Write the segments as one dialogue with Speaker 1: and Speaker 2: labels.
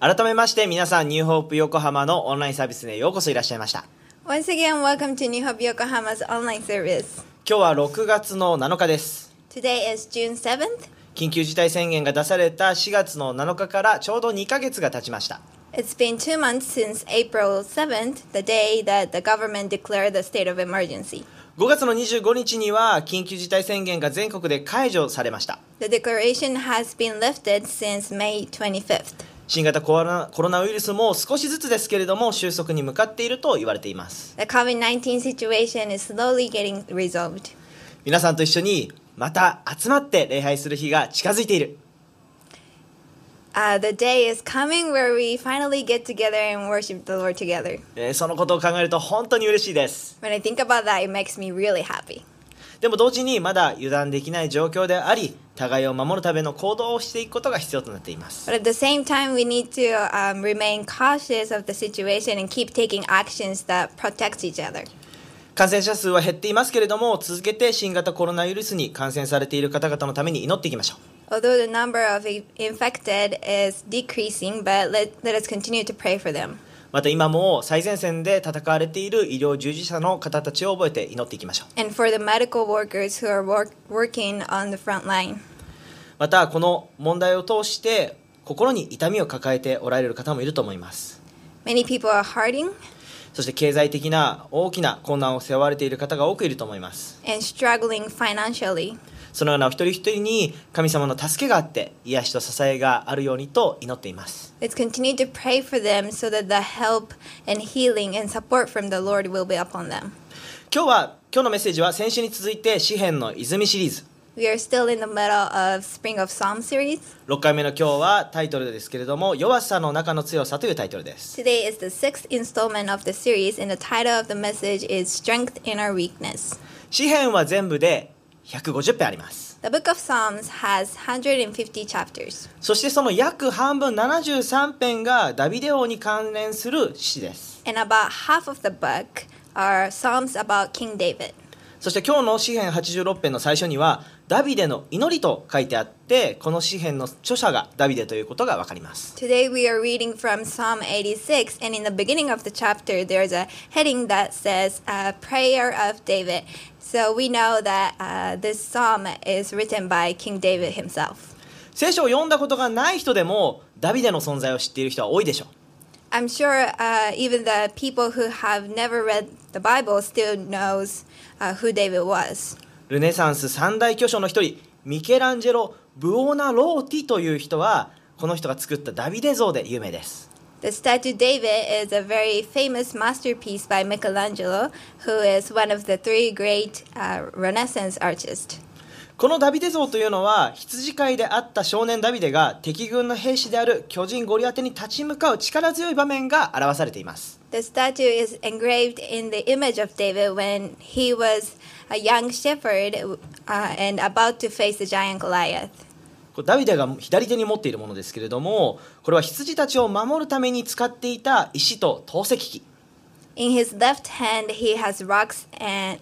Speaker 1: 改めまして皆さんニューホープ横浜のオンラインサービスへようこそいらっしゃいました
Speaker 2: Once again, welcome to New Hope Yokohama's online service.
Speaker 1: 今日は6月の7日です
Speaker 2: Today is June 7th.
Speaker 1: 緊急事態宣言が出された4月の7日からちょうど2ヶ月が経ちました
Speaker 2: It's been two months since April 7th, the day that the government declared the state of emergency.
Speaker 1: 5月の25日には緊急事態宣言が全国で解除されました
Speaker 2: The declaration has been lifted since May 25th.
Speaker 1: 新型コロナコロナウイルスも少しずつですけれども収束に向かっていると言われています
Speaker 2: The COVID 19 situation is slowly getting resolved.
Speaker 1: 皆さんと一緒にまた集まって礼拝する日が近づいている
Speaker 2: Uh, the day is coming where we finally get together and worship the Lord together.
Speaker 1: えーそのことを考えると本当に嬉しいです
Speaker 2: When I think about that, it makes me really happy.
Speaker 1: でも同時にまだ油断できない状況であり互いを守るための行動をしていくことが必要となっています
Speaker 2: But at the same time, we need to um, remain cautious of the situation and keep taking actions that protect each other.
Speaker 1: 感染者数は減っていますけれども続けて新型コロナウイルスに感染されている方々のために祈っていきましょう
Speaker 2: Although the number of i- infected is decreasing, but let, let us continue to pray for them.
Speaker 1: また今も最前線で戦われている医療従事者の方たちを覚えて祈っていきましょう
Speaker 2: And for the medical workers who are work, working on the front line.
Speaker 1: またこの問題を通して心に痛みを抱えておられる方もいると思います
Speaker 2: Many people are hurting
Speaker 1: そして経済的な大きな困難を背負われている方が多くいると思います
Speaker 2: and struggling financially.
Speaker 1: そのようなお一人一人に神様の助けがあって癒しと支えがあるようにと祈っています
Speaker 2: Let's continue to pray for them so that the help and healing and support from the Lord will be upon them.
Speaker 1: 今日は今日のメッセージは先週に続いて詩篇の泉シリーズ
Speaker 2: We are still in the middle of Spring of Psalm series.
Speaker 1: 6回目の今日はタイトルですけれども弱さの中の強さというタイトルです
Speaker 2: Today is the sixth installment of the series, and the title of the message is Strength in Our Weakness.
Speaker 1: 詩篇は全部で150編あります
Speaker 2: The book of Psalms has 150 chapters,
Speaker 1: そしてその約半分73編がダビデ王に関連する詩です
Speaker 2: and about half of the book are Psalms about King David.
Speaker 1: そして今日の詩篇86編の最初にはダビデの祈りと書いてあってこの詩篇の著者がダビデということがわかります
Speaker 2: Today we are reading from Psalm 86, and in the beginning of the chapter, there's a heading that says uh, Prayer of David. So we know that uh, this psalm is written by King David himself.
Speaker 1: 聖書を読んだことがない人でもダビデの存在を知っている人は多いでしょう
Speaker 2: I'm sure uh, even the people who have never read the Bible still knows uh, who David was.
Speaker 1: ルネサンス三大巨匠の一人ミケランジェロ・ブオーナ・ローティという人はこの人が作ったダビデ像で有名です
Speaker 2: The statue David is a very famous masterpiece by Michelangelo, who is one of the three great uh, Renaissance artists.
Speaker 1: このダビデ像というのは羊飼いであった少年ダビデが敵軍の兵士である巨人ゴリアテに立ち向かう力強い場面が表されています
Speaker 2: The statue is engraved in the image of David when he was a young shepherd uh, and about to face the giant Goliath.
Speaker 1: これダビデが左手に持っているものですけれどもこれは羊たちを守るために使っていた石と投石機
Speaker 2: In his left hand, he has rocks and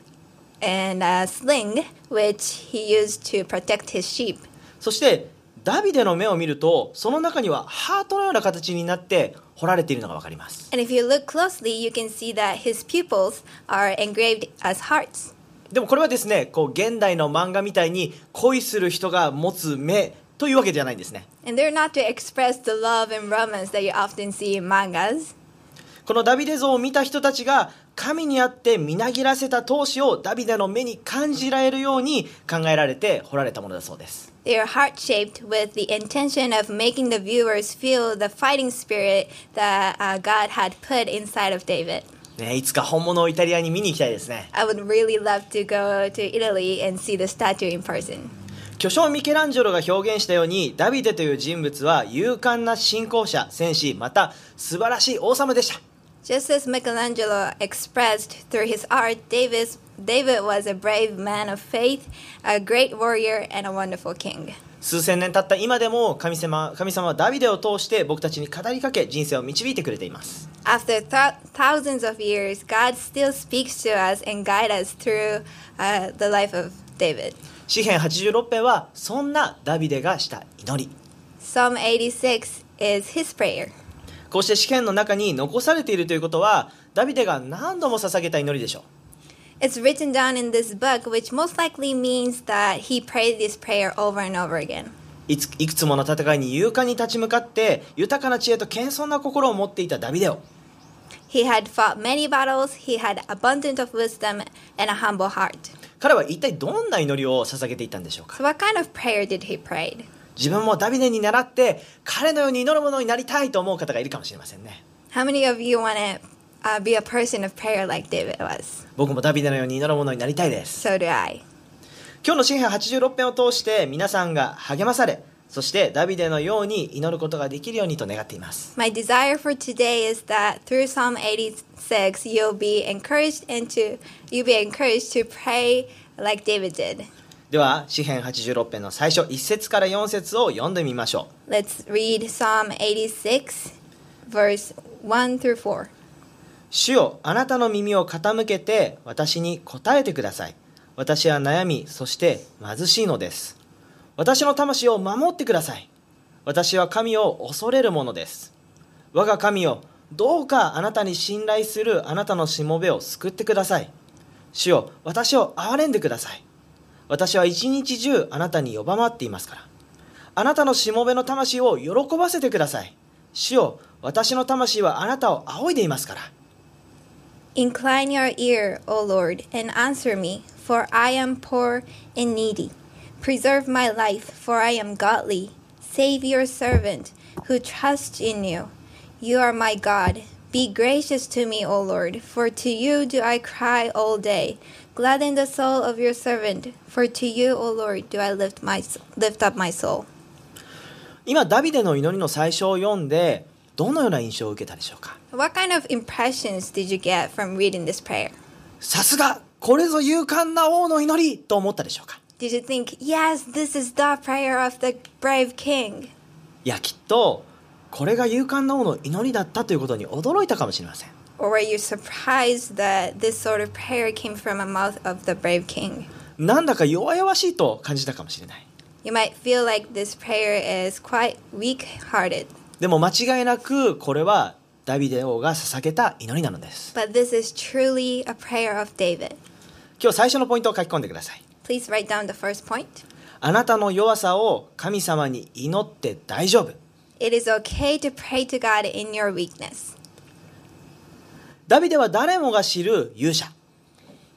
Speaker 2: and a sling, which he used to protect his sheep.
Speaker 1: そしてダビデの目を見るとその中にはハートのような形になって彫られているのが分かります
Speaker 2: And if you look closely, you can see that his pupils are engraved as hearts.
Speaker 1: でもこれはですねこう現代の漫画みたいに恋する人が持つ目というわけじゃないんですね
Speaker 2: And they're not to express the love and romance that you often see in mangas.
Speaker 1: このダビデ像を見た人たちが神にあってみなぎらせた闘志をダビデの目に感じられるように考えられて彫られたものだそうです
Speaker 2: They are heart shaped with the intention of making the viewers feel the fighting spirit that uh, God had put inside of David.
Speaker 1: ねいつか本物をイタリアに見に行きたいですね
Speaker 2: I would really love to go to Italy and see the statue in person.
Speaker 1: 巨匠ミケランジェロが表現したようにダビデという人物は勇敢な信仰者戦士また素晴らしい王様でした
Speaker 2: Just as Michelangelo expressed through his art, Davis, David was a brave man of faith, a great warrior, and a wonderful king.
Speaker 1: 数千年経った今でも神様神様はダビデを通して僕たちに語りかけ人生を導いてくれています
Speaker 2: After th- thousands of years, God still speaks to us and guides us through uh, the life of David.
Speaker 1: 詩篇86編はそんなダビデがした祈り
Speaker 2: Psalm 86 is his prayer.
Speaker 1: こうして試験の中に残されているということはダビデが何度も捧げた祈りでしょう
Speaker 2: It's written down in this book, which most likely means that he prayed this prayer over and over again.
Speaker 1: いついくつもの戦いに勇敢に立ち向かって豊かな知恵と謙遜な心を持っていたダビデを
Speaker 2: He had fought many battles, he had abundant of wisdom and a humble heart.
Speaker 1: 彼は一体どんな祈りを捧げていたんでしょうか
Speaker 2: So what kind of prayer did he pray?
Speaker 1: 自分もダビデに習って彼のように祈るものになりたいと思う方がいるかもしれませんね
Speaker 2: How many of you want to uh, be a person of prayer like David was?
Speaker 1: 僕もダビデのように祈るものになりたいです
Speaker 2: So do I.
Speaker 1: 今日の詩編86編を通して皆さんが励まされそしてダビデのように祈ることができるようにと願っています
Speaker 2: My desire for today is that through Psalm 86, you'll be encouraged and to you'll be encouraged to pray like David did.
Speaker 1: では詩編86編の最初1節から4節を読んでみましょう
Speaker 2: Let's read Psalm 86, verse 1 through 4.
Speaker 1: 主よあなたの耳を傾けて私に答えてください私は悩みそして貧しいのです私の魂を守ってください私は神を恐れるものです我が神よどうかあなたに信頼するあなたのしもべを救ってください主よ私を憐れんでください私は一日中あなたに呼ばまっていますからあなたのしもべの魂を喜ばせてください主よ私の魂はあなたを仰いでいますから
Speaker 2: Incline your ear, O Lord, and answer me, for I am poor and needy. Preserve my life, for I am godly. Save your servant who trusts in you. You are my God. Be gracious to me, O Lord, for to you do I cry all day. Gladden the soul of your servant, for to you, O Lord, do I lift my lift up my soul.
Speaker 1: 今ダビデの祈りの最初を読んでどのような印象を受けたでしょうか
Speaker 2: What kind of impressions did you get from reading this prayer?
Speaker 1: さすがこれぞ勇敢な王の祈りと思ったでしょうか
Speaker 2: Did you think, yes, this is the prayer of the brave king?
Speaker 1: いやきっとこれが勇敢な王の祈りだったということに驚いたかもしれません
Speaker 2: Or were you surprised that this sort of prayer came from a mouth of the brave king?
Speaker 1: なんだか弱々しいと感じたかもしれない
Speaker 2: You might feel like this prayer is quite weak hearted,
Speaker 1: でも間違いなくこれはダビデ王が捧げた祈りなのです
Speaker 2: but this is truly a prayer of David.
Speaker 1: 今日最初のポイントを書き込んでください
Speaker 2: Please write down the first point.
Speaker 1: あなたの弱さを神様に祈って大丈夫
Speaker 2: It is okay to pray to God in your weakness.
Speaker 1: ダビデは誰もが知る勇者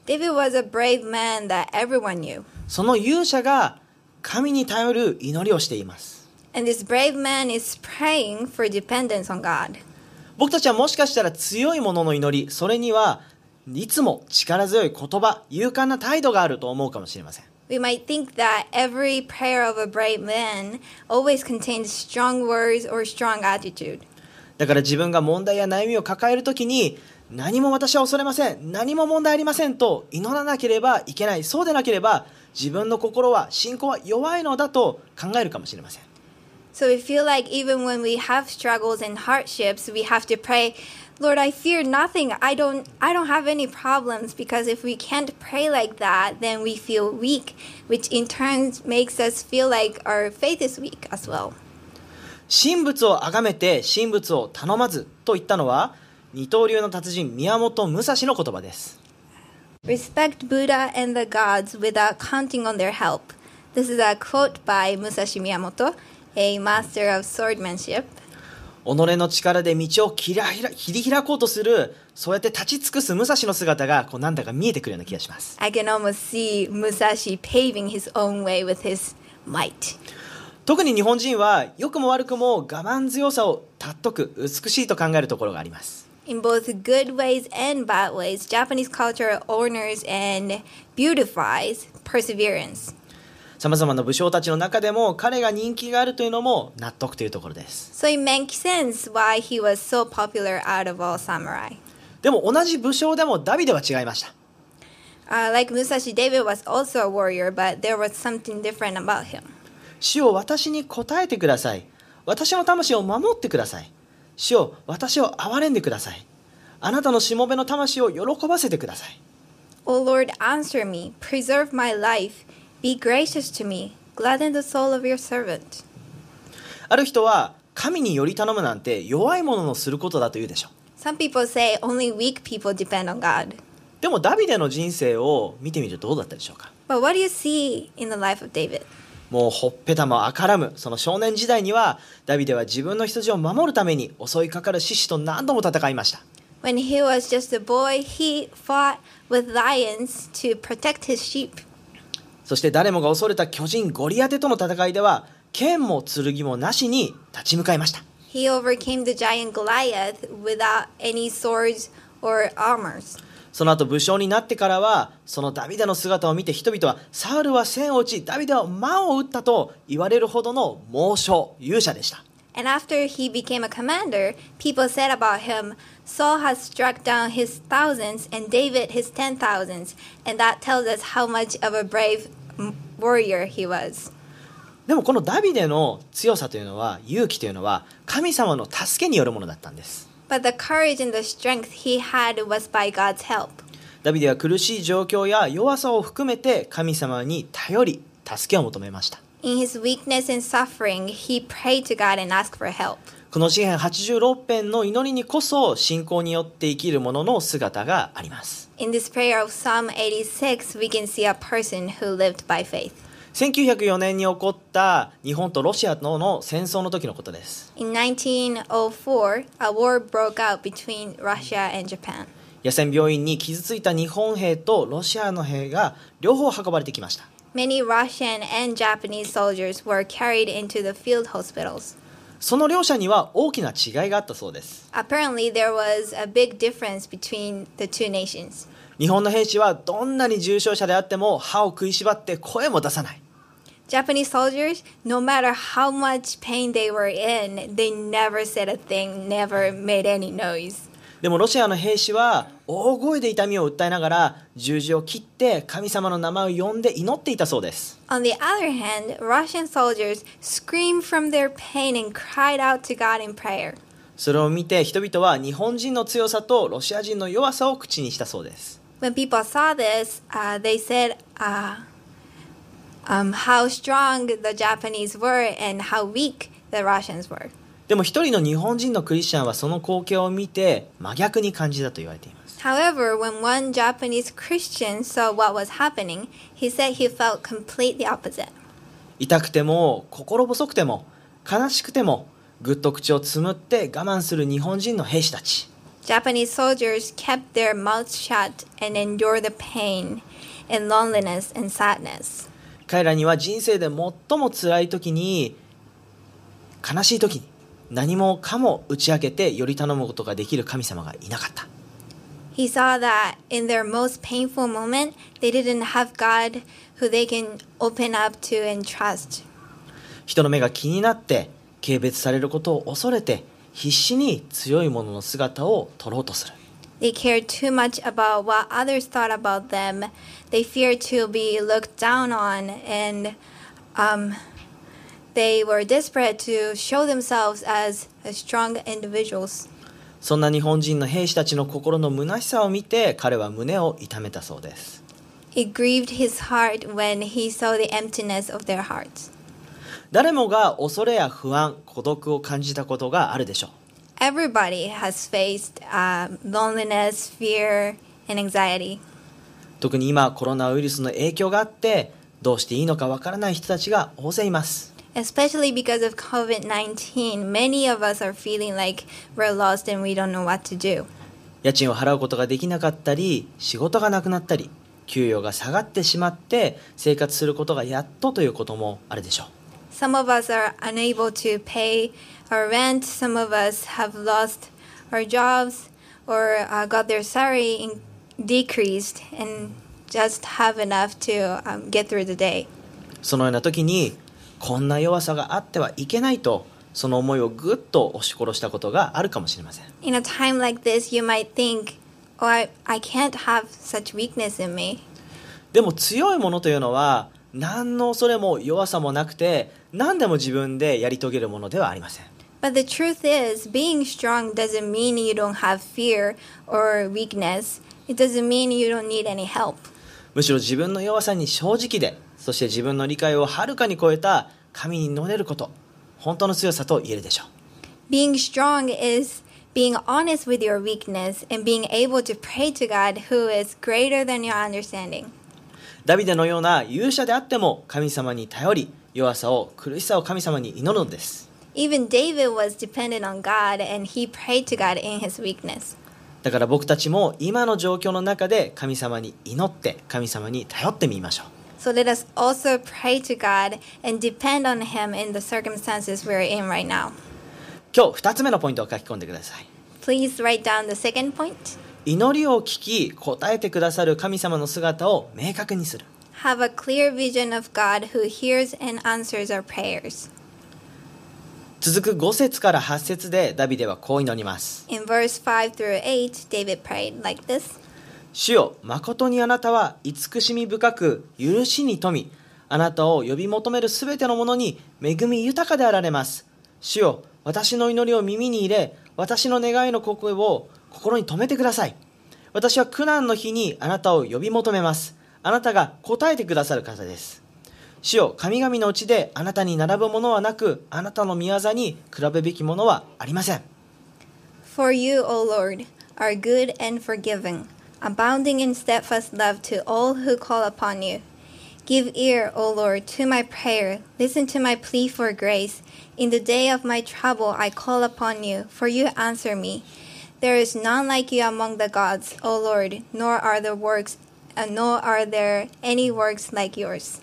Speaker 2: David was a brave man that everyone knew,
Speaker 1: その勇者が神に頼る祈りをしています。
Speaker 2: and this brave man is praying for dependence on God.
Speaker 1: 僕たちはもしかしたら強いものの祈り、それにはいつも力強い言葉、勇敢な態度があると思うかもしれません。
Speaker 2: We might think that every prayer of a brave man always contains strong words or strong attitude.
Speaker 1: だから自分が問題や悩みを抱えるときに、何も私は恐れません。何も問題ありませんと祈らなければいけない。そうでなければ自分の心は信仰は弱いのだと考えるかもしれません。
Speaker 2: So we feel like even when we have struggles and hardships, we have to pray, Lord, I fear nothing. I don't I don't have any problems because if we can't pray like that, then we feel weak, which in turn makes us feel like our faith is weak as well.
Speaker 1: 神仏を崇めて神仏を頼まずと言ったのは二刀流の達人宮本武蔵の言葉です
Speaker 2: Respect Buddha and the gods without counting on their help. This is a quote by Musashi Miyamoto, a master of swordmanship.
Speaker 1: 己の力で道を切り開切り開こうとするそうやって立ち尽くす武蔵の姿がこうなんだか見えてくるような気がします
Speaker 2: I can almost see Musashi paving his own way with his might.
Speaker 1: 特に日本人は良くも悪くも我慢強さを尊く美しいと考えるところがあります
Speaker 2: In both good ways and bad ways, Japanese culture honors and beautifies perseverance.
Speaker 1: さまざまな武将たちの中でも彼が人気があるというのも納得というところです
Speaker 2: So it makes sense why he was so popular out of all samurai.
Speaker 1: でも同じ武将でもダビデは違いました
Speaker 2: Uh, like Musashi, David was also a warrior, but there was something different about him.
Speaker 1: 主を私に答えてください。私の魂を守ってください。主を私を憐れんでください。あなたのしもべの魂を喜ばせてください。
Speaker 2: O Lord, answer me, preserve my life, be gracious to me, gladden the soul of your servant.
Speaker 1: ある人は神により頼むなんて弱い者のすることだと言うでしょ
Speaker 2: Some people say only weak people depend on God.
Speaker 1: でもダビデの人生を見てみるとどうだったでしょうか
Speaker 2: But what do you see in the life of David?
Speaker 1: もうほっぺたもあからむその少年時代にはダビデは自分の羊を守るために襲いかかる獅子と何度も戦いました
Speaker 2: When he was just a boy, he fought with lions to protect his sheep.
Speaker 1: そして誰もが恐れた巨人ゴリアテとの戦いでは剣も剣もなしに立ち向かいました
Speaker 2: He overcame the giant Goliath without any swords or armors.
Speaker 1: その後武将になってからはそのダビデの姿を見て人々はサウルは千を打ちダビデは万を打ったと言われるほどの猛将勇者でした
Speaker 2: And after he became a commander, people said about him, Saul has struck down his thousands and David his ten thousands. And that tells us how much of a brave m- warrior he was.
Speaker 1: でもこのダビデの強さというのは勇気というのは神様の助けによるものだったんです
Speaker 2: But the courage and the strength he had was by God's help.
Speaker 1: ダビデは苦しい状況や弱さを含めて神様に頼り助けを求めました
Speaker 2: In his weakness and suffering, he prayed to God and asked for help.
Speaker 1: この詩篇86編の祈りにこそ信仰によって生きる者の姿があります
Speaker 2: In this prayer of Psalm 86, we can see a person who lived by faith.
Speaker 1: 1904年に起こった日本とロシアとの戦争の時のことです
Speaker 2: In 1904, a war broke out between Russia and Japan.
Speaker 1: 野戦病院に傷ついた日本兵とロシアの兵が両方運ばれてきました
Speaker 2: Many Russian and Japanese soldiers were carried into the field hospitals.
Speaker 1: その両者には大きな違いがあったそうです
Speaker 2: Apparently, there was a big difference between the two nations.
Speaker 1: 日本の兵士はどんなに重傷者であっても歯を食いしばって声も出さない
Speaker 2: Japanese soldiers, no matter how much pain they were in, they never said a thing, never made any noise.
Speaker 1: でもロシアの兵士は大声で痛みを訴えながら十字を切って神様の名前を呼んで祈っていたそうです
Speaker 2: On the other hand, Russian soldiers screamed from their pain and cried out to God in prayer.
Speaker 1: それを見て人々は日本人の強さとロシア人の弱さを口にしたそうです
Speaker 2: When people saw this, uh, they said uh, um, how strong the Japanese were and how weak the Russians were.
Speaker 1: でも一人の日本人のクリスチャンはその光景を見て真逆に感じたと言われています
Speaker 2: However, when one Japanese Christian saw what was happening, he said he felt completely opposite.
Speaker 1: 痛くても心細くても悲しくてもぐっと口をつむって我慢する日本人の兵士たち
Speaker 2: Japanese soldiers kept their mouths shut and endured the pain and loneliness and sadness.
Speaker 1: 彼らには人生で最も辛い時に悲しい時に何もかも打ち明けてより頼むことができる神様がいなかった
Speaker 2: He saw that in their most painful moment, they didn't have God who they can open up to and trust.
Speaker 1: 人の目が気になって軽蔑されることを恐れて必死に強い者の姿を取ろうとする
Speaker 2: They cared too much about what others thought about them. They feared to be looked down on, and um, they were desperate to show themselves as as strong individuals.
Speaker 1: そんな日本人の兵士たちの心の虚しさを見て彼は胸を痛めたそうです
Speaker 2: It grieved his heart when he saw the emptiness of their hearts.
Speaker 1: 誰もが恐れや不安孤独を感じたことがあるでしょう
Speaker 2: Everybody has faced um, loneliness, fear, and anxiety.
Speaker 1: 特に今コロナウイルスの影響があってどうしていいのかわからない人たちが大勢います
Speaker 2: Especially because of COVID 19, many of us are feeling like we're lost and we don't know what to do.
Speaker 1: 家賃を払うことができなかったり仕事がなくなったり給与が下がってしまって生活することがやっとということもあるでしょう
Speaker 2: Some of us are unable to pay our rent. Some of us have lost our jobs or uh, got their salary in- decreased and just have enough to um, get through the day.
Speaker 1: そのような時にこんな弱さがあってはいけないとその思いをぐっと押し殺したことがあるかもしれません
Speaker 2: In a time like this, you might think, oh, I, I can't have such weakness in me.
Speaker 1: でも強いものというのは何の恐れも弱さもなくて何でも自分でやり遂げるものではありません
Speaker 2: But the truth is, being strong doesn't mean you don't have fear or weakness. It doesn't mean you don't need any help.
Speaker 1: むしろ自分の弱さに正直でそして自分の理解をはるかに超えた神に乗れること本当の強さと言えるでしょう
Speaker 2: Being strong is being honest with your weakness and being able to pray to God who is greater than your understanding.
Speaker 1: ダビデのような勇者であっても神様に頼り弱さを苦しさを神様に祈るのです
Speaker 2: Even David was dependent on God and he prayed to God in his weakness.
Speaker 1: だから僕たちも今の状況の中で神様に祈って神様に頼ってみましょう
Speaker 2: So let us also pray to God and depend on him in the circumstances we're in right now.
Speaker 1: 今日2つ目のポイントを書き込んでください
Speaker 2: Please write down the second point.
Speaker 1: 祈りを聞き答えてくださる神様の姿を明確にする
Speaker 2: Have a clear vision of God who hears and answers our prayers.
Speaker 1: 続く5節から8節でダビデはこう祈ります
Speaker 2: In verse 5 through 8, David prayed like this
Speaker 1: 主よ誠にあなたは慈しみ深く許しに富みあなたを呼び求めるすべてのものに恵み豊かであられます主よ私の祈りを耳に入れ私の願いの声を心に留めてください私は苦難の日にあなたを呼び求めますあなたが答えてくださる方です主よ神々のうちであなたに並ぶものはなくあなたの御業に比べべきものはありません
Speaker 2: For you, O Lord, are good and forgiving, abounding in steadfast love to all who call upon you. Give ear, O Lord, to my prayer. Listen to my plea for grace. In the day of my trouble, I call upon you, for you answer me. There is none like you among the gods, O Lord, nor are the works, uh, nor are there any works like yours.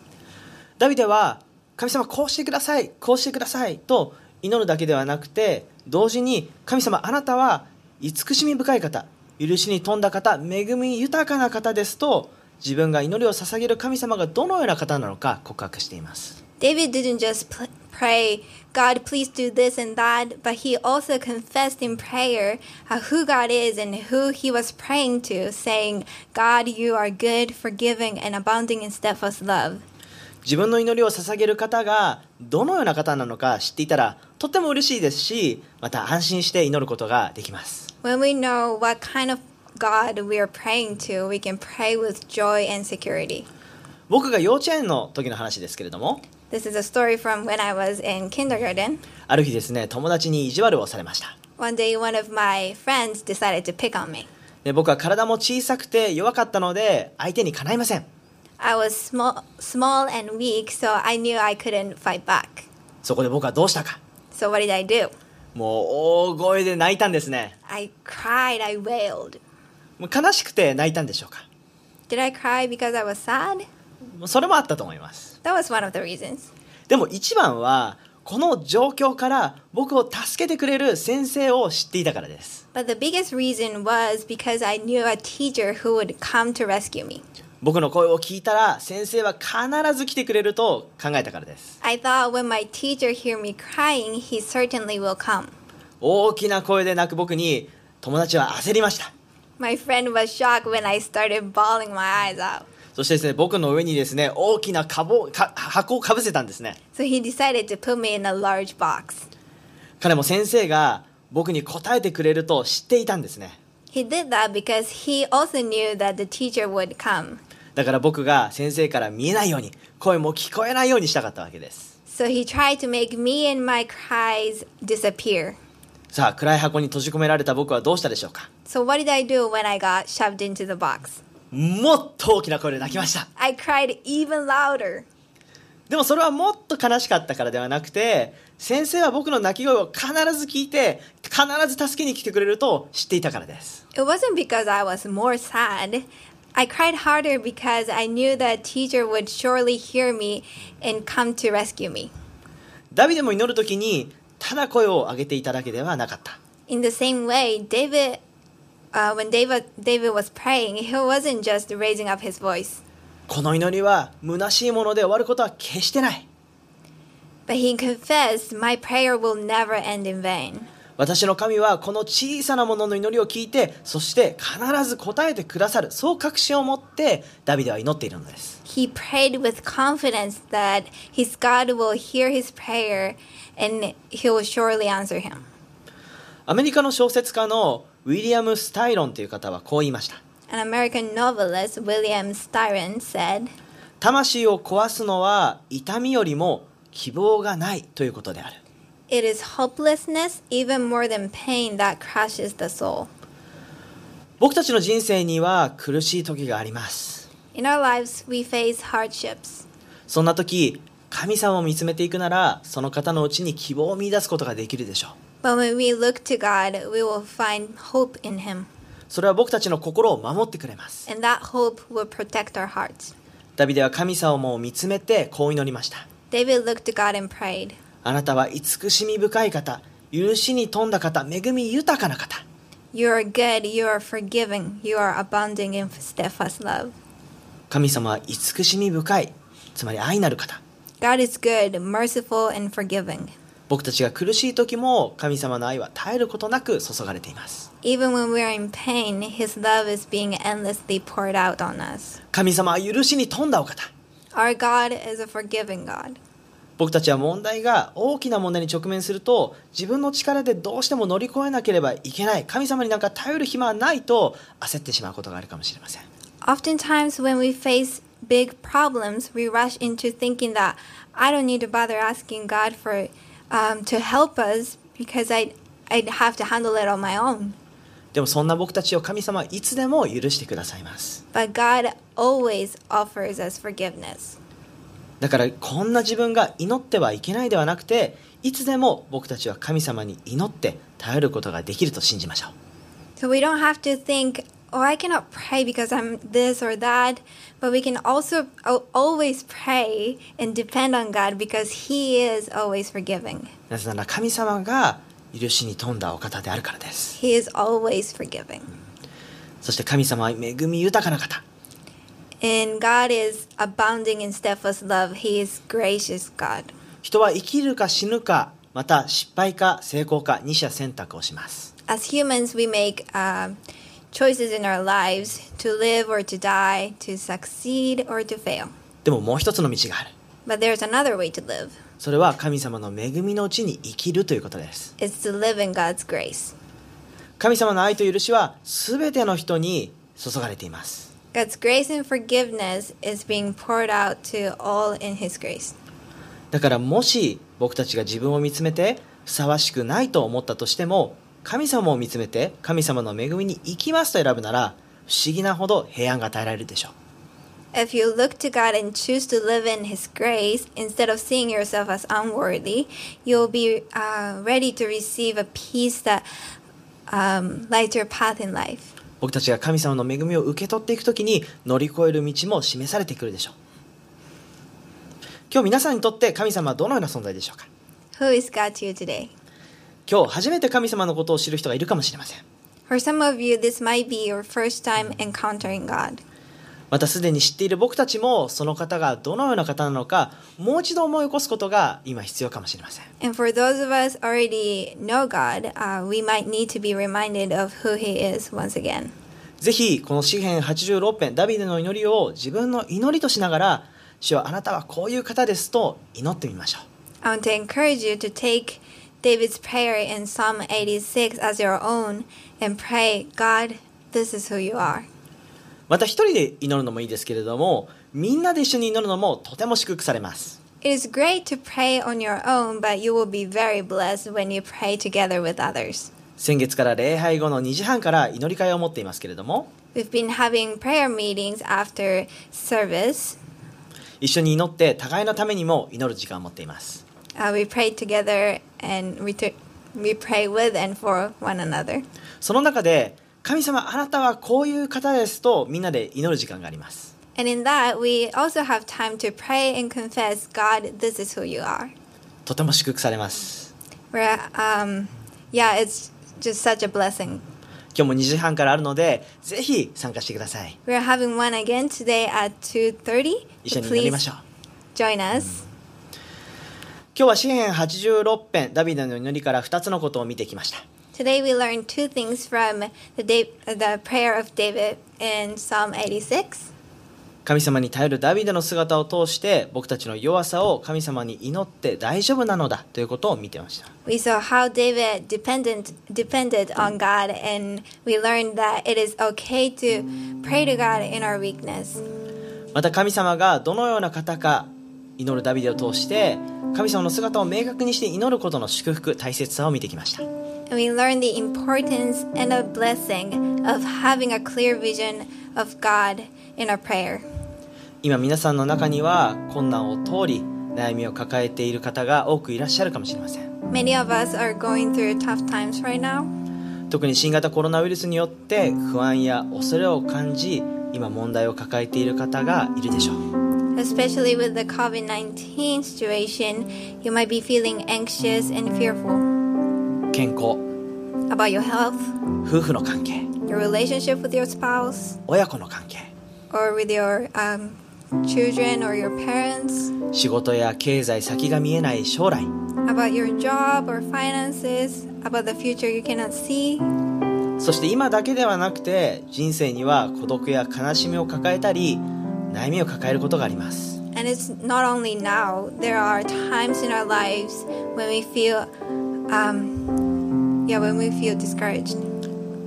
Speaker 1: ダビデは神様こうしてくださいこうしてくださいと祈るだけではなくて同時に神様あなたは慈しみ深い方許しに富んだ方恵み豊かな方ですと自分が祈りを捧げる神様がどのような方なのか告白しています
Speaker 2: David didn't just pl- pray, God, please do this and that, but he also confessed in prayer uh, who God is and who he was praying to, saying, God, you are good, forgiving, and abounding in steadfast love.
Speaker 1: 自分の祈りを捧げる方がどのような方なのか知っていたらとっても嬉しいですしまた安心して祈ることができます
Speaker 2: When we know what kind of God we are praying to, we can pray with joy and security.
Speaker 1: 僕が幼稚園の時の話ですけれども
Speaker 2: This is a story from when I was in kindergarten.
Speaker 1: ある日ですね友達に意地悪をされました
Speaker 2: One day, one of my friends decided to pick on me.
Speaker 1: で僕は体も小さくて弱かったので相手にかないません
Speaker 2: I was small, small and weak, so I knew I couldn't fight back.
Speaker 1: そこで僕はどうしたか
Speaker 2: So what did I do?
Speaker 1: もう大声で泣いたんですね
Speaker 2: I cried, I wailed.
Speaker 1: もう悲しくて泣いたんでしょうか
Speaker 2: Did I cry because I was sad?
Speaker 1: もうそれもあったと思います
Speaker 2: That was one of the reasons.
Speaker 1: でも一番はこの状況から僕を助けてくれる先生を知っていたからです
Speaker 2: But the biggest reason was because I knew a teacher who would come to rescue me.
Speaker 1: 僕の声を聞いたら先生は必ず来てくれると考えたからです
Speaker 2: I thought when my teacher hear me crying, he certainly will come.
Speaker 1: 大きな声で泣く僕に友達は焦りました
Speaker 2: My friend was shocked when I started bawling my eyes out.
Speaker 1: そしてですね僕の上にですね大きなかぼか箱をかぶせたんですね
Speaker 2: So he decided to put me in a large box.
Speaker 1: 彼も先生が僕に答えてくれると知っていたんですね
Speaker 2: He did that because he also knew that the teacher would come.
Speaker 1: だから僕が先生から見えないように声も聞こえないようにしたかったわけです
Speaker 2: So he tried to make me and my cries disappear.
Speaker 1: さあ暗い箱に閉じ込められた僕はどうしたでしょうか
Speaker 2: So what did I do when I got shoved into the box?
Speaker 1: もっと大きな声で泣きました
Speaker 2: I cried even louder.
Speaker 1: でもそれはもっと悲しかったからではなくて先生は僕の泣き声を必ず聞いて必ず助けに来てくれると知っていたからです
Speaker 2: It wasn't because I was more sad. I cried harder because I knew that teacher would surely hear me and come to rescue me.
Speaker 1: ダビデも祈る時にただ声を上げていただけではなかった
Speaker 2: In the same way, David, uh, when David David was praying, he wasn't just raising up his voice,
Speaker 1: この祈りは虚しいもので終わることは決してない
Speaker 2: but he confessed, "My prayer will never end in vain."
Speaker 1: 私の神はこの小さなものの祈りを聞いてそして必ず答えてくださるそう確信を持ってダビデは祈っているのです
Speaker 2: He prayed with confidence that his God will hear his prayer and he will surely answer him.
Speaker 1: アメリカの小説家のウィリアム・スタイロンという方はこう言いました
Speaker 2: An American novelist, William Styron, said,
Speaker 1: 魂を壊すのは痛みよりも希望がないということである
Speaker 2: It is hopelessness, even more than pain, that crushes the soul.
Speaker 1: 僕たちの人生には苦しい時があります
Speaker 2: In our lives, we face hardships.
Speaker 1: そんな時神様を見つめていくならその方のうちに希望を見出すことができるでしょう
Speaker 2: But when we look to God, we will find hope in Him.
Speaker 1: それは僕たちの心を守ってくれます
Speaker 2: And that hope will protect our hearts.
Speaker 1: ダビデは神様を見つめてこう祈りました
Speaker 2: David looked to God and prayed,
Speaker 1: あなたは慈しみ深い方許しに富んだ方恵み豊かな方
Speaker 2: You are good, you are forgiving, you are abounding in steadfast love.
Speaker 1: 神様は慈しみ深いつまり愛なる方
Speaker 2: God is good, merciful, and forgiving.
Speaker 1: 僕たちが苦しい時も神様の愛は絶えることなく注がれています
Speaker 2: Even when we are in pain, His love is being endlessly poured out on us.
Speaker 1: 神様は許しに富んだお方
Speaker 2: Our God is a forgiving God.
Speaker 1: 僕たちは問題が大きな問題に直面すると自分の力でどうしても乗り越えなければいけない神様になんか頼る暇はないと焦ってしまうことがあるかもしれません
Speaker 2: Oftentimes, when we face big problems, we rush into thinking that I don't need to bother asking God for um, to help us because I I have to handle it on my own.
Speaker 1: でもそんな僕たちを神様はいつでも許してくださいます
Speaker 2: But God always offers us forgiveness.
Speaker 1: だからこんな自分が祈ってはいけないではなくていつでも僕たちは神様に祈って頼ることができると信じましょう
Speaker 2: So we don't have to think, oh, I cannot pray because I'm this or that. But we can also al- always pray and depend on God because He is always forgiving.
Speaker 1: なぜなら神様が許しに富んだお方であるからです
Speaker 2: He is always forgiving.
Speaker 1: そして神様は恵み豊かな方
Speaker 2: And God is abounding in steadfast love. He is gracious God.
Speaker 1: 人は生きるか死ぬかまた失敗か成功か二者選択をします
Speaker 2: As humans, we make um choices in our lives to live or to die, to succeed or to fail.
Speaker 1: でももう一つの道がある
Speaker 2: But there's another way to live.
Speaker 1: それは神様の恵みのうちに生きるということです
Speaker 2: It's to live in God's grace.
Speaker 1: 神様の愛と許しは全ての人に注がれています
Speaker 2: God's grace and forgiveness is being poured out to all in His grace.
Speaker 1: だからもし僕たちが自分を見つめてふさわしくないと思ったとしても神様を見つめて神様の恵みに行きますと選ぶなら不思議なほど平安が与えられるでしょう
Speaker 2: If you look to God and choose to live in His grace instead of seeing yourself as unworthy, you'll be uh, ready to receive a peace that um, lights your path in life.
Speaker 1: 僕たちが神様の恵みを受け取っていくときに乗り越える道も示されてくるでしょう今日皆さんにとって神様はどのような存在でしょうか
Speaker 2: Who is God to you today?
Speaker 1: 今日初めて神様のことを知る人がいるかもしれません
Speaker 2: For some of you, this might be your first time encountering God.
Speaker 1: またすでに知っている僕たちもその方がどのような方なのかもう一度思い起こすことが今必要かもしれません
Speaker 2: And for those of us already know God, uh, we might need to be reminded of who He is once again.
Speaker 1: ぜひこの詩篇86編ダビデの祈りを自分の祈りとしながら主よあなたはこういう方ですと祈ってみましょう
Speaker 2: I want to encourage you to take David's prayer in Psalm 86 as your own and pray, God, this is who you are.
Speaker 1: また一人で祈るのもいいですけれどもみんなで一緒に祈るのもとても祝福されます
Speaker 2: It is great to pray on your own, but you will be very blessed when you pray together with others.
Speaker 1: 先月から礼拝後の2時半から祈り会を持っていますけれども
Speaker 2: We've been having prayer meetings after service.
Speaker 1: 一緒に祈って互いのためにも祈る時間を持っています
Speaker 2: Uh, we pray together and we, t- we pray with and for one another.
Speaker 1: その中で神様あなたはこういう方ですとみんなで祈る時間があります
Speaker 2: And in that, we also have time to pray and confess, God, this is who you are.
Speaker 1: とても祝福されます
Speaker 2: Where, um, yeah, it's just such a blessing.
Speaker 1: 今日も2時半からあるのでぜひ参加してください
Speaker 2: We're having one again today at 2.30.
Speaker 1: 一緒に祈りましょ
Speaker 2: Please
Speaker 1: う
Speaker 2: join us.
Speaker 1: 今日は詩篇86編ダビデの祈りから2つのことを見てきました
Speaker 2: Today we learned two things from the, da- the prayer of David in Psalm 86.
Speaker 1: 神様に頼るダビデの姿を通して僕たちの弱さを神様に祈って大丈夫なのだということを見てました
Speaker 2: We saw how David dependent depended on God, and we learned that it is okay to pray to God in our weakness.
Speaker 1: また神様がどのような方か祈るダビデを通して神様の姿を明確にして祈ることの祝福大切さを見てきました
Speaker 2: And we learn the importance and the blessing of having a clear vision of God in our prayer.
Speaker 1: 今皆さんの中には困難を通り悩みを抱えている方が多くいらっしゃるかもしれません
Speaker 2: Many of us are going through tough times right now.
Speaker 1: 特に新型コロナウイルスによって不安や恐れを感じ今問題を抱えている方がいるでしょう
Speaker 2: Especially with the COVID 19 situation, you might be feeling anxious and fearful
Speaker 1: 健康
Speaker 2: about your health,
Speaker 1: 夫婦の関係
Speaker 2: your relationship with your spouse,
Speaker 1: 親子の関係
Speaker 2: or with your um, children or your parents,
Speaker 1: 仕事や経済先が見えない将来
Speaker 2: about your job or finances, about the future you cannot see.
Speaker 1: そして今だけではなくて人生には孤独や悲しみを抱えたり悩みを抱えることがあります
Speaker 2: And it's not only now, there are times in our lives when we feel, um, yeah, when we feel discouraged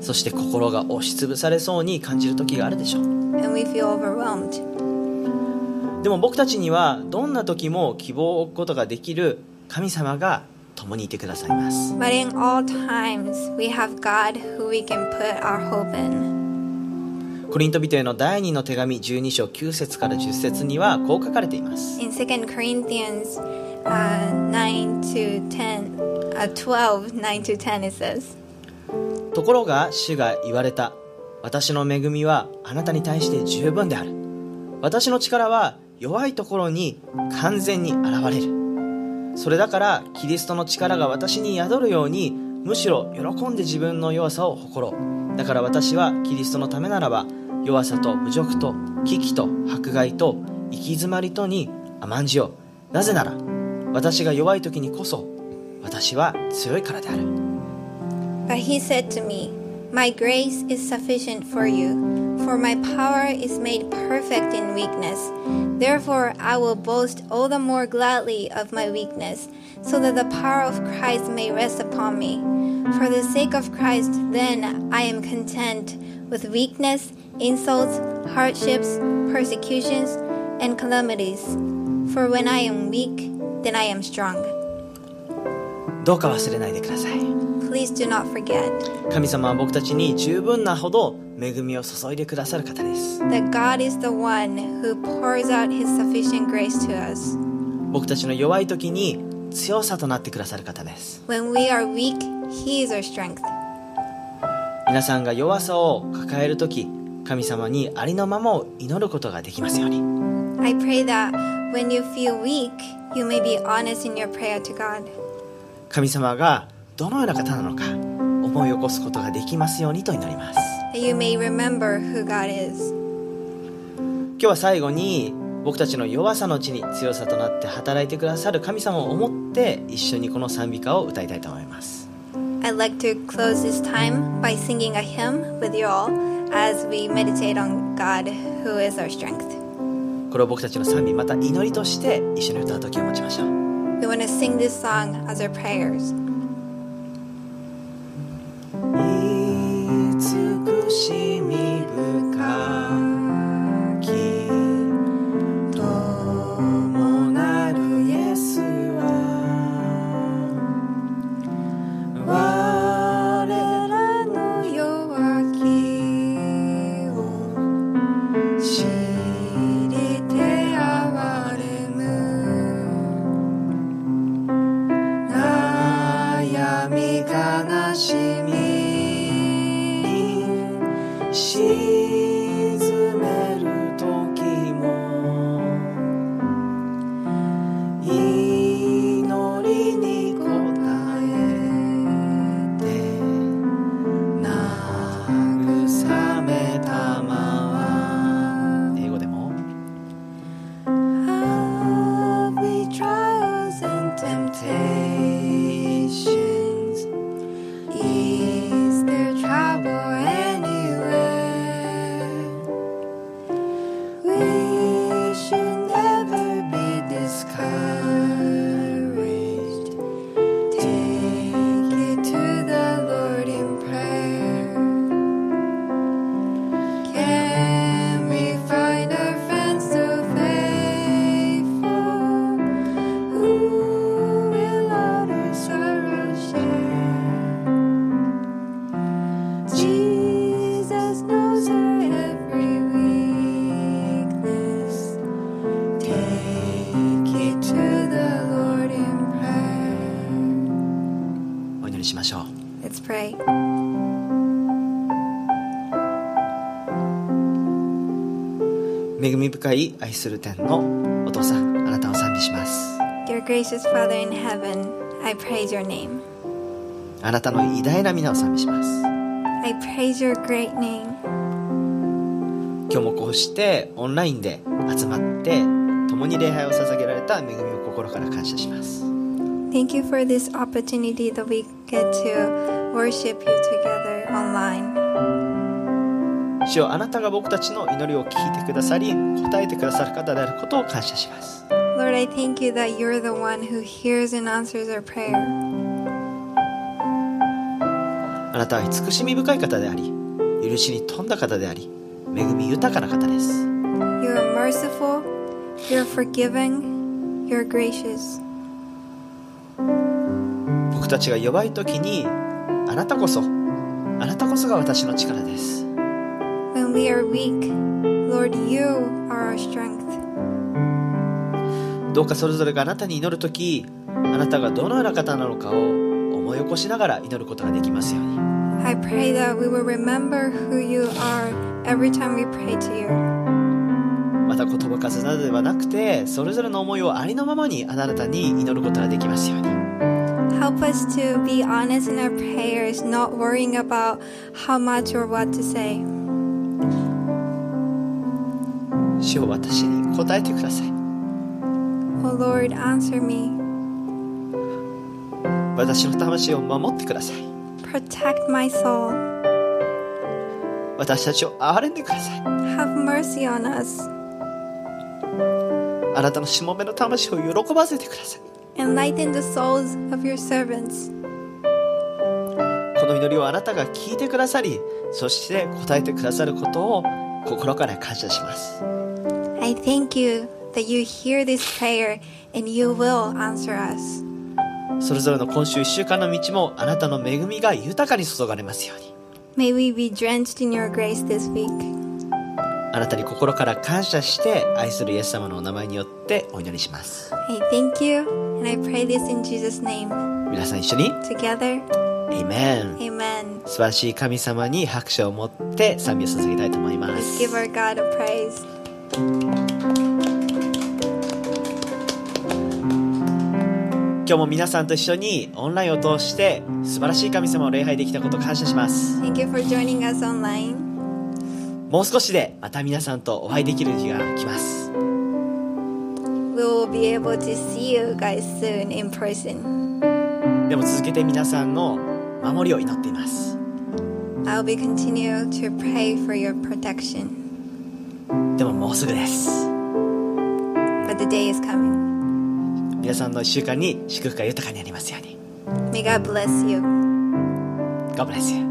Speaker 1: そして心が押しつぶされそうに感じる時があるでしょう
Speaker 2: and we feel overwhelmed.
Speaker 1: でも僕たちにはどんな時も希望を置くことができる神様が共にいてくださいます
Speaker 2: But in all times, we have God who we can put our hope in.
Speaker 1: コリント人への第2の手紙12章9節から10節にはこう書かれています
Speaker 2: In 2 Corinthians uh, 9 to 10, uh, 12, 9 to 10, it says,
Speaker 1: ところが主が言われた私の恵みはあなたに対して十分である私の力は弱いところに完全に現れるそれだからキリストの力が私に宿るようにむしろ喜んで自分の弱さを誇ろうだから私はキリストのためならば弱さと侮辱と危機と迫害と行き詰まりとに甘んじようなぜなら私が弱い時にこそ私は強いからである
Speaker 2: But he said to me, My grace is sufficient for you, for my power is made perfect in weakness. Therefore, I will boast all the more gladly of my weakness, so that the power of Christ may rest upon me. For the sake of Christ, then, I am content with weakness, insults, hardships, persecutions, and calamities. For when I am weak, then I am strong.
Speaker 1: どうか忘れないでください
Speaker 2: Please do not forget.
Speaker 1: 神様は僕たちに十分なほど恵みを注いでくださる方です
Speaker 2: that God is the one who pours out his sufficient grace to us.
Speaker 1: 僕たちの弱い時に強さとなってくださる方です
Speaker 2: When we are weak, he is our strength.
Speaker 1: 皆さんが弱さを抱える時神様にありのままを祈ることができますように
Speaker 2: I pray that when you feel weak, you may be honest in your prayer to God.
Speaker 1: 神様がどのような方なのか思い起こすことができますようにと祈ります
Speaker 2: That you may remember who God is.
Speaker 1: 今日は最後に僕たちの弱さのうちに強さとなって働いてくださる神様を思って一緒にこの賛美歌を歌いたいと思います
Speaker 2: I'd like to close this time by singing a hymn with you all as we meditate on God who is our strength.
Speaker 1: これを僕たちの賛美また祈りとして一緒に歌う時を持ちましょう
Speaker 2: We want to sing this song as our prayers.
Speaker 1: 慈しみ深き友なるイエスは我らの弱きを知りて哀れむ悩み悲しみ沈める時も祈りに応えて慰めたまわ英語でも Every trials and temptations is there trouble anywhere? しましょう
Speaker 2: Let's pray.
Speaker 1: 恵み深い愛する天のお父さんあなたを賛美します
Speaker 2: Dear gracious Father in heaven, I praise your name.
Speaker 1: あなたの偉大な皆を賛美します
Speaker 2: I praise your great name.
Speaker 1: 今日もこうしてオンラインで集まって共に礼拝を捧げられた恵みを心から感謝します
Speaker 2: Thank you for this opportunity that we get to worship you together online.
Speaker 1: 主よあなたが僕たちの祈りを聞いてくださり答えてくださる方であることを感謝します
Speaker 2: Lord, I thank you that you're the one who hears and answers our prayer.
Speaker 1: あなたは慈しみ深い方であり許しに富んだ方であり恵み豊かな方です
Speaker 2: You are merciful, you're forgiving, you're gracious.
Speaker 1: 僕たちが弱い時にあなたこそあなたこそが私の力です
Speaker 2: When we are weak, Lord, you are our strength.
Speaker 1: どうかそれぞれがあなたに祈る時あなたがどのような方なのかを思い起こしながら祈ることができますように
Speaker 2: I pray that we will remember who you are every time we pray to you.
Speaker 1: また言葉数などではなくてそれぞれの思いをありのままにあなたに祈ることができますように
Speaker 2: Help us to be honest in our prayers, not worrying about how much or what to say.
Speaker 1: 主を私に答えてください
Speaker 2: Oh Lord, answer me.
Speaker 1: 私の魂を守ってください
Speaker 2: Protect my soul.
Speaker 1: 私たちを憐れんでください
Speaker 2: Have mercy on us.
Speaker 1: あなたのしもべの魂を喜ばせてください
Speaker 2: Enlighten the souls of your servants.
Speaker 1: この祈りをあなたが聞いてくださりそして答えてくださることを心から感謝します
Speaker 2: I thank you that you hear this prayer and you will answer us.
Speaker 1: それぞれの今週1週間の道もあなたの恵みが豊かに注がれますように
Speaker 2: May we be drenched in your grace this week.
Speaker 1: あなたに心から感謝して愛するイエス様のお名前によってお祈りします
Speaker 2: I thank you and I pray this in Jesus' name.
Speaker 1: 皆さん一緒に
Speaker 2: Together,
Speaker 1: エイメン
Speaker 2: amen.
Speaker 1: 素晴らしい神様に拍手を持って賛美を捧げたいと思いま
Speaker 2: Let's
Speaker 1: す
Speaker 2: give our God a praise.
Speaker 1: 今日も皆さんと一緒にオンラインを通して素晴らしい神様を礼拝できたことを感謝します
Speaker 2: Thank you for joining us online.
Speaker 1: もう少しでまた皆さんとお会いできる日が来ます
Speaker 2: We will be able to see you guys soon in person.
Speaker 1: でも続けて皆さんの守りを祈っています
Speaker 2: I'll be continue to pray for your protection.
Speaker 1: でももうすぐです
Speaker 2: But the day is coming.
Speaker 1: 皆さんの1週間に祝福が豊かになりますように
Speaker 2: May God bless you.
Speaker 1: God bless you